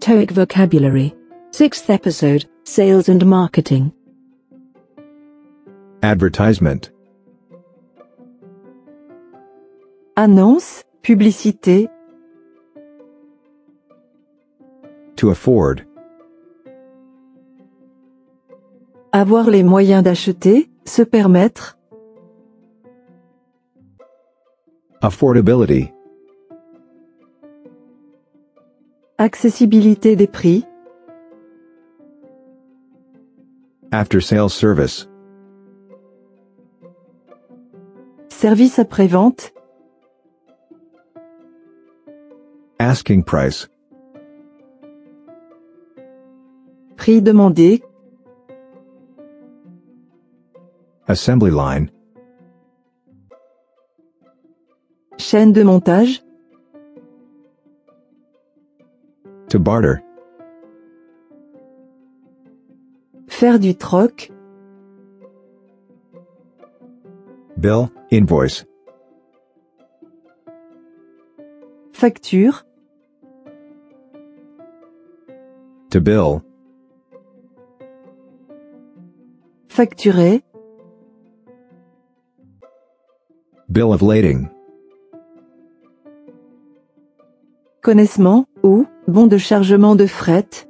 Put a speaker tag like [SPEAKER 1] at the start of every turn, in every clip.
[SPEAKER 1] Stoic Vocabulary. Sixth episode Sales and Marketing.
[SPEAKER 2] Advertisement.
[SPEAKER 1] Annonce, publicité,
[SPEAKER 2] To afford.
[SPEAKER 1] avoir les moyens d'acheter, se permettre,
[SPEAKER 2] Affordability.
[SPEAKER 1] accessibilité des prix,
[SPEAKER 2] After sales service.
[SPEAKER 1] service après-vente,
[SPEAKER 2] Asking price.
[SPEAKER 1] prix demandé,
[SPEAKER 2] Assembly line.
[SPEAKER 1] chaîne de montage,
[SPEAKER 2] To barter.
[SPEAKER 1] faire du troc,
[SPEAKER 2] Bill. Invoice.
[SPEAKER 1] facture,
[SPEAKER 2] To bill.
[SPEAKER 1] facturer,
[SPEAKER 2] Bill of lading.
[SPEAKER 1] connaissement ou bon de chargement de fret,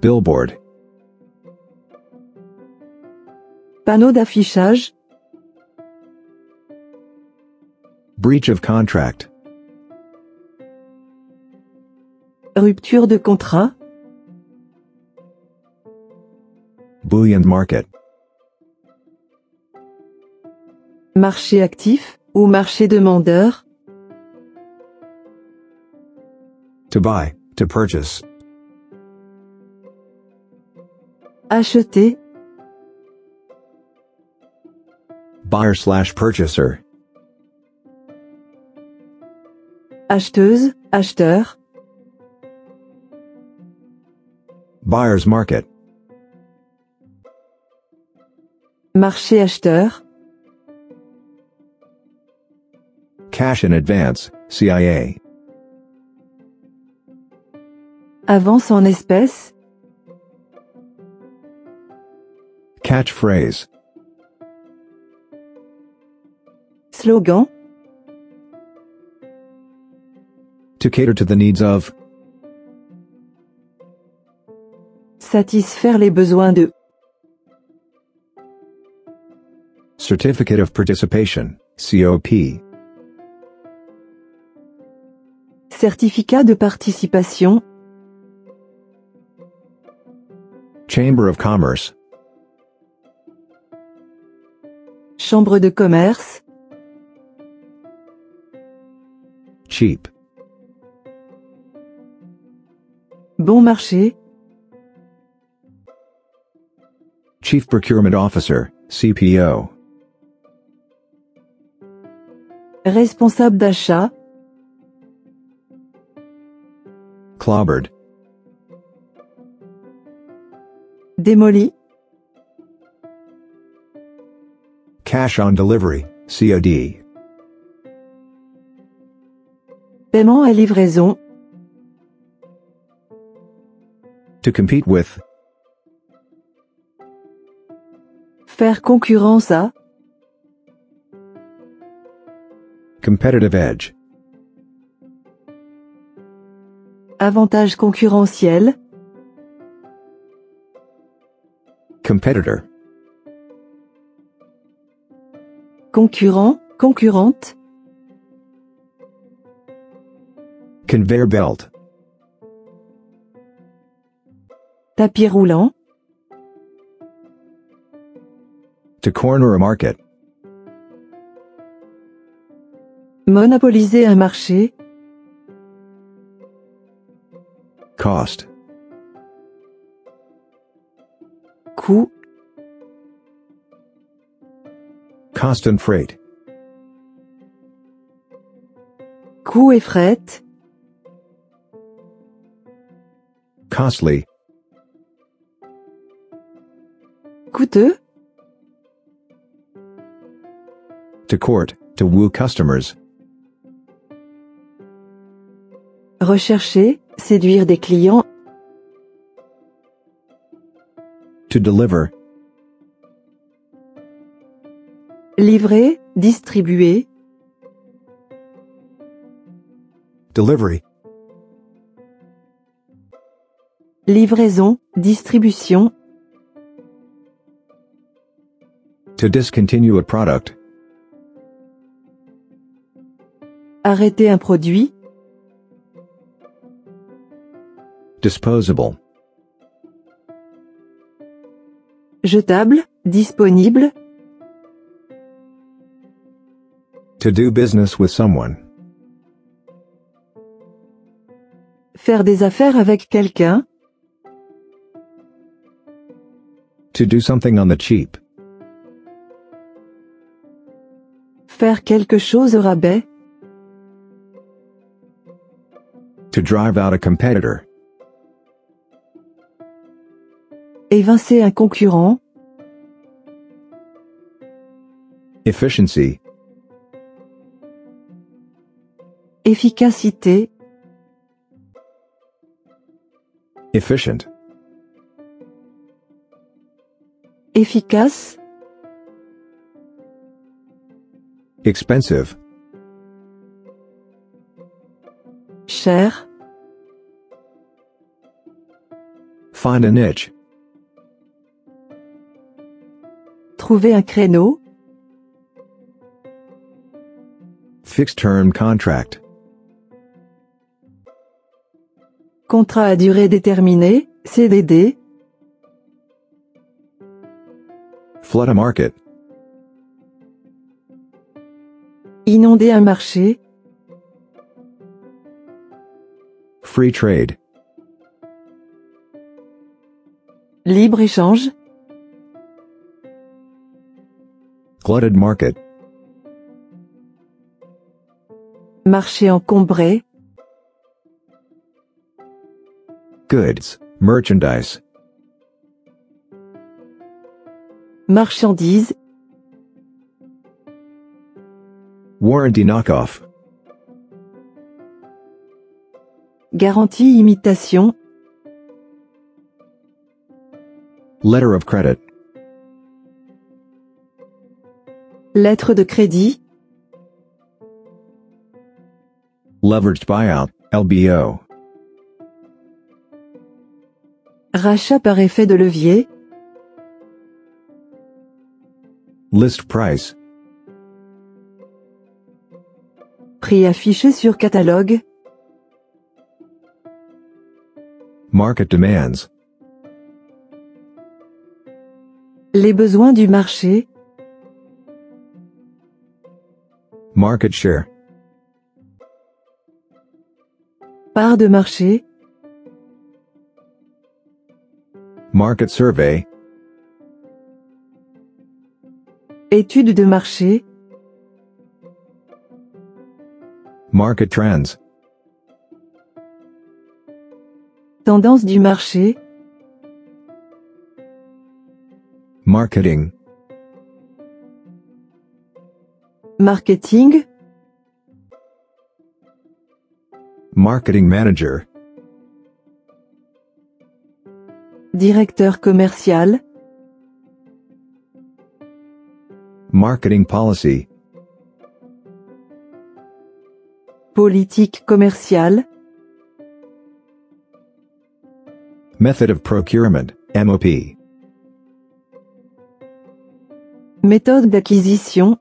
[SPEAKER 2] Billboard.
[SPEAKER 1] panneau d'affichage,
[SPEAKER 2] Breach of contract.
[SPEAKER 1] rupture de contrat,
[SPEAKER 2] Boolean market.
[SPEAKER 1] marché actif ou marché demandeur,
[SPEAKER 2] To buy. To purchase.
[SPEAKER 1] acheter,
[SPEAKER 2] Buyer slash purchaser.
[SPEAKER 1] acheteuse, acheteur,
[SPEAKER 2] Buyer's market.
[SPEAKER 1] marché acheteur,
[SPEAKER 2] Cash in advance. CIA.
[SPEAKER 1] avance en espèces,
[SPEAKER 2] Catchphrase.
[SPEAKER 1] slogan,
[SPEAKER 2] To cater to the needs of.
[SPEAKER 1] satisfaire les besoins de
[SPEAKER 2] Certificate of participation. COP.
[SPEAKER 1] certificat de participation,
[SPEAKER 2] Chamber of commerce.
[SPEAKER 1] chambre de commerce,
[SPEAKER 2] Cheap.
[SPEAKER 1] bon marché,
[SPEAKER 2] Chief Procurement Officer, CPO,
[SPEAKER 1] responsable d'achat,
[SPEAKER 2] clobbered,
[SPEAKER 1] démoli,
[SPEAKER 2] cash on delivery, COD,
[SPEAKER 1] paiement à livraison,
[SPEAKER 2] to compete with,
[SPEAKER 1] faire concurrence à,
[SPEAKER 2] competitive edge,
[SPEAKER 1] avantage concurrentiel,
[SPEAKER 2] competitor,
[SPEAKER 1] concurrent, concurrente,
[SPEAKER 2] conveyor belt,
[SPEAKER 1] tapis roulant,
[SPEAKER 2] to corner a market,
[SPEAKER 1] monopoliser un marché,
[SPEAKER 2] cost,
[SPEAKER 1] coût,
[SPEAKER 2] cost and freight,
[SPEAKER 1] coût et fret,
[SPEAKER 2] costly,
[SPEAKER 1] coûteux,
[SPEAKER 2] to court, to woo customers,
[SPEAKER 1] Rechercher, séduire des clients,
[SPEAKER 2] To deliver,
[SPEAKER 1] livrer, distribuer,
[SPEAKER 2] delivery,
[SPEAKER 1] livraison, distribution,
[SPEAKER 2] to discontinue a product,
[SPEAKER 1] arrêter un produit,
[SPEAKER 2] disposable,
[SPEAKER 1] jetable, disponible,
[SPEAKER 2] to do business with someone,
[SPEAKER 1] faire des affaires avec quelqu'un,
[SPEAKER 2] to do something on the cheap,
[SPEAKER 1] faire quelque chose au rabais,
[SPEAKER 2] to drive out a competitor,
[SPEAKER 1] évincer un concurrent,
[SPEAKER 2] efficiency,
[SPEAKER 1] efficacité,
[SPEAKER 2] efficient,
[SPEAKER 1] efficace,
[SPEAKER 2] expensive,
[SPEAKER 1] cher,
[SPEAKER 2] find a niche,
[SPEAKER 1] trouver un créneau,
[SPEAKER 2] fixed term contract,
[SPEAKER 1] contrat à durée déterminée, CDD,
[SPEAKER 2] flood a market,
[SPEAKER 1] inonder un marché,
[SPEAKER 2] free trade,
[SPEAKER 1] libre-échange,
[SPEAKER 2] glutted market,
[SPEAKER 1] marché encombré,
[SPEAKER 2] goods, merchandise,
[SPEAKER 1] marchandises,
[SPEAKER 2] warranty knockoff,
[SPEAKER 1] garantie imitation,
[SPEAKER 2] letter of credit,
[SPEAKER 1] lettre de crédit,
[SPEAKER 2] leveraged buyout, LBO,
[SPEAKER 1] rachat par effet de levier,
[SPEAKER 2] list price,
[SPEAKER 1] prix affiché sur catalogue,
[SPEAKER 2] market demands,
[SPEAKER 1] les besoins du marché,
[SPEAKER 2] market share,
[SPEAKER 1] part de marché,
[SPEAKER 2] market survey,
[SPEAKER 1] étude de marché,
[SPEAKER 2] market trends,
[SPEAKER 1] tendance du marché,
[SPEAKER 2] marketing,
[SPEAKER 1] marketing,
[SPEAKER 2] marketing manager,
[SPEAKER 1] directeur commercial,
[SPEAKER 2] marketing policy,
[SPEAKER 1] politique commerciale,
[SPEAKER 2] method of procurement, MOP,
[SPEAKER 1] méthode d'acquisition,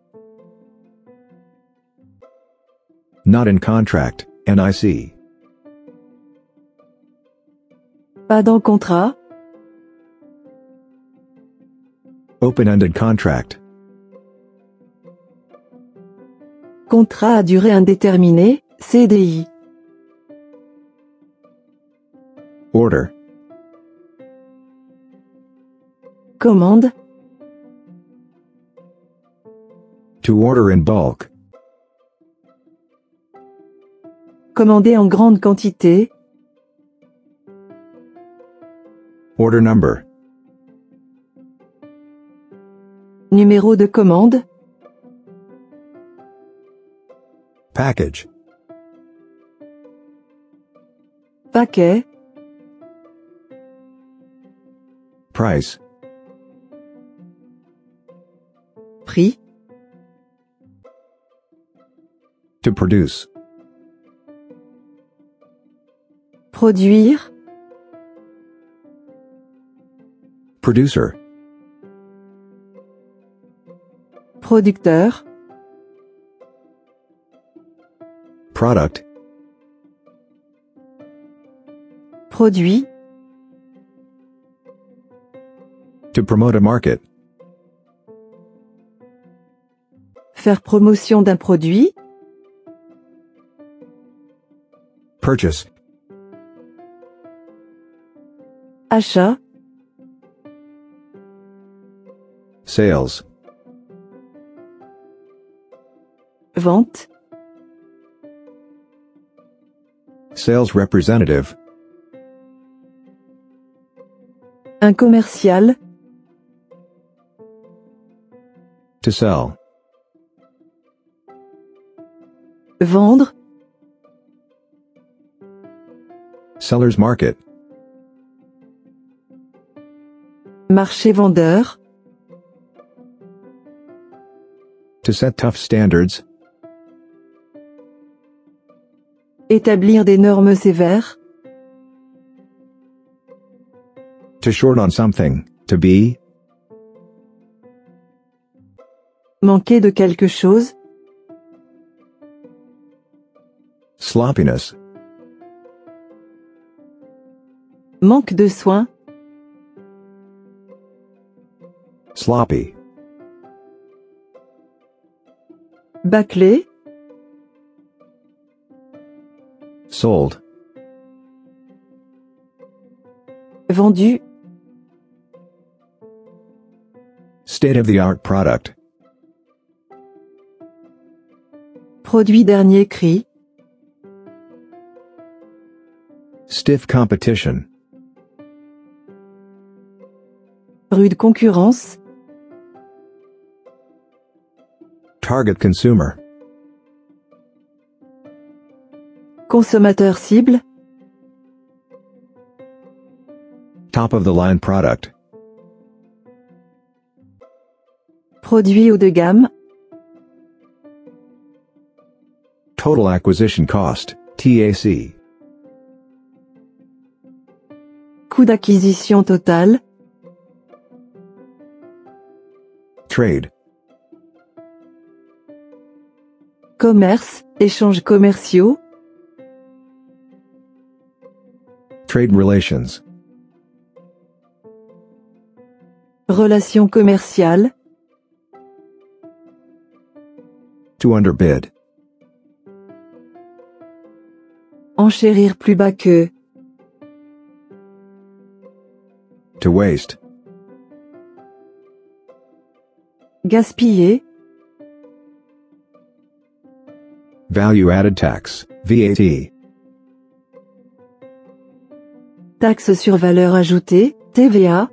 [SPEAKER 2] not in contract, NIC,
[SPEAKER 1] pas dans contrat,
[SPEAKER 2] open-ended contract,
[SPEAKER 1] contrat à durée indéterminée, CDI,
[SPEAKER 2] order,
[SPEAKER 1] commande,
[SPEAKER 2] to order in bulk,
[SPEAKER 1] commander en grande quantité,
[SPEAKER 2] order number,
[SPEAKER 1] numéro de commande,
[SPEAKER 2] package,
[SPEAKER 1] Paquet,
[SPEAKER 2] Price.
[SPEAKER 1] prix,
[SPEAKER 2] To produce.
[SPEAKER 1] produire,
[SPEAKER 2] Producer.
[SPEAKER 1] producteur,
[SPEAKER 2] Product.
[SPEAKER 1] produit,
[SPEAKER 2] To promote a market.
[SPEAKER 1] faire promotion d'un produit,
[SPEAKER 2] Purchase.
[SPEAKER 1] achat,
[SPEAKER 2] Sales.
[SPEAKER 1] vente,
[SPEAKER 2] Sales representative.
[SPEAKER 1] un commercial,
[SPEAKER 2] To sell.
[SPEAKER 1] vendre,
[SPEAKER 2] Seller's market.
[SPEAKER 1] marché vendeur,
[SPEAKER 2] To set tough standards.
[SPEAKER 1] établir des normes sévères,
[SPEAKER 2] To short on something. To be.
[SPEAKER 1] manquer de quelque chose,
[SPEAKER 2] Sloppiness.
[SPEAKER 1] manque de soins,
[SPEAKER 2] Sloppy.
[SPEAKER 1] bâclé,
[SPEAKER 2] Sold.
[SPEAKER 1] vendu,
[SPEAKER 2] State of the art product.
[SPEAKER 1] produit dernier cri,
[SPEAKER 2] Stiff competition.
[SPEAKER 1] rude concurrence,
[SPEAKER 2] Target consumer.
[SPEAKER 1] consommateur cible,
[SPEAKER 2] Top of the line product.
[SPEAKER 1] produit haut de gamme,
[SPEAKER 2] Total acquisition cost. TAC.
[SPEAKER 1] coût d'acquisition total,
[SPEAKER 2] Trade.
[SPEAKER 1] commerce, échanges commerciaux,
[SPEAKER 2] Trade relations.
[SPEAKER 1] relations commerciales,
[SPEAKER 2] To underbid.
[SPEAKER 1] enchérir plus bas que,
[SPEAKER 2] To waste.
[SPEAKER 1] gaspiller,
[SPEAKER 2] Value added tax. VAT.
[SPEAKER 1] taxe sur valeur ajoutée, TVA,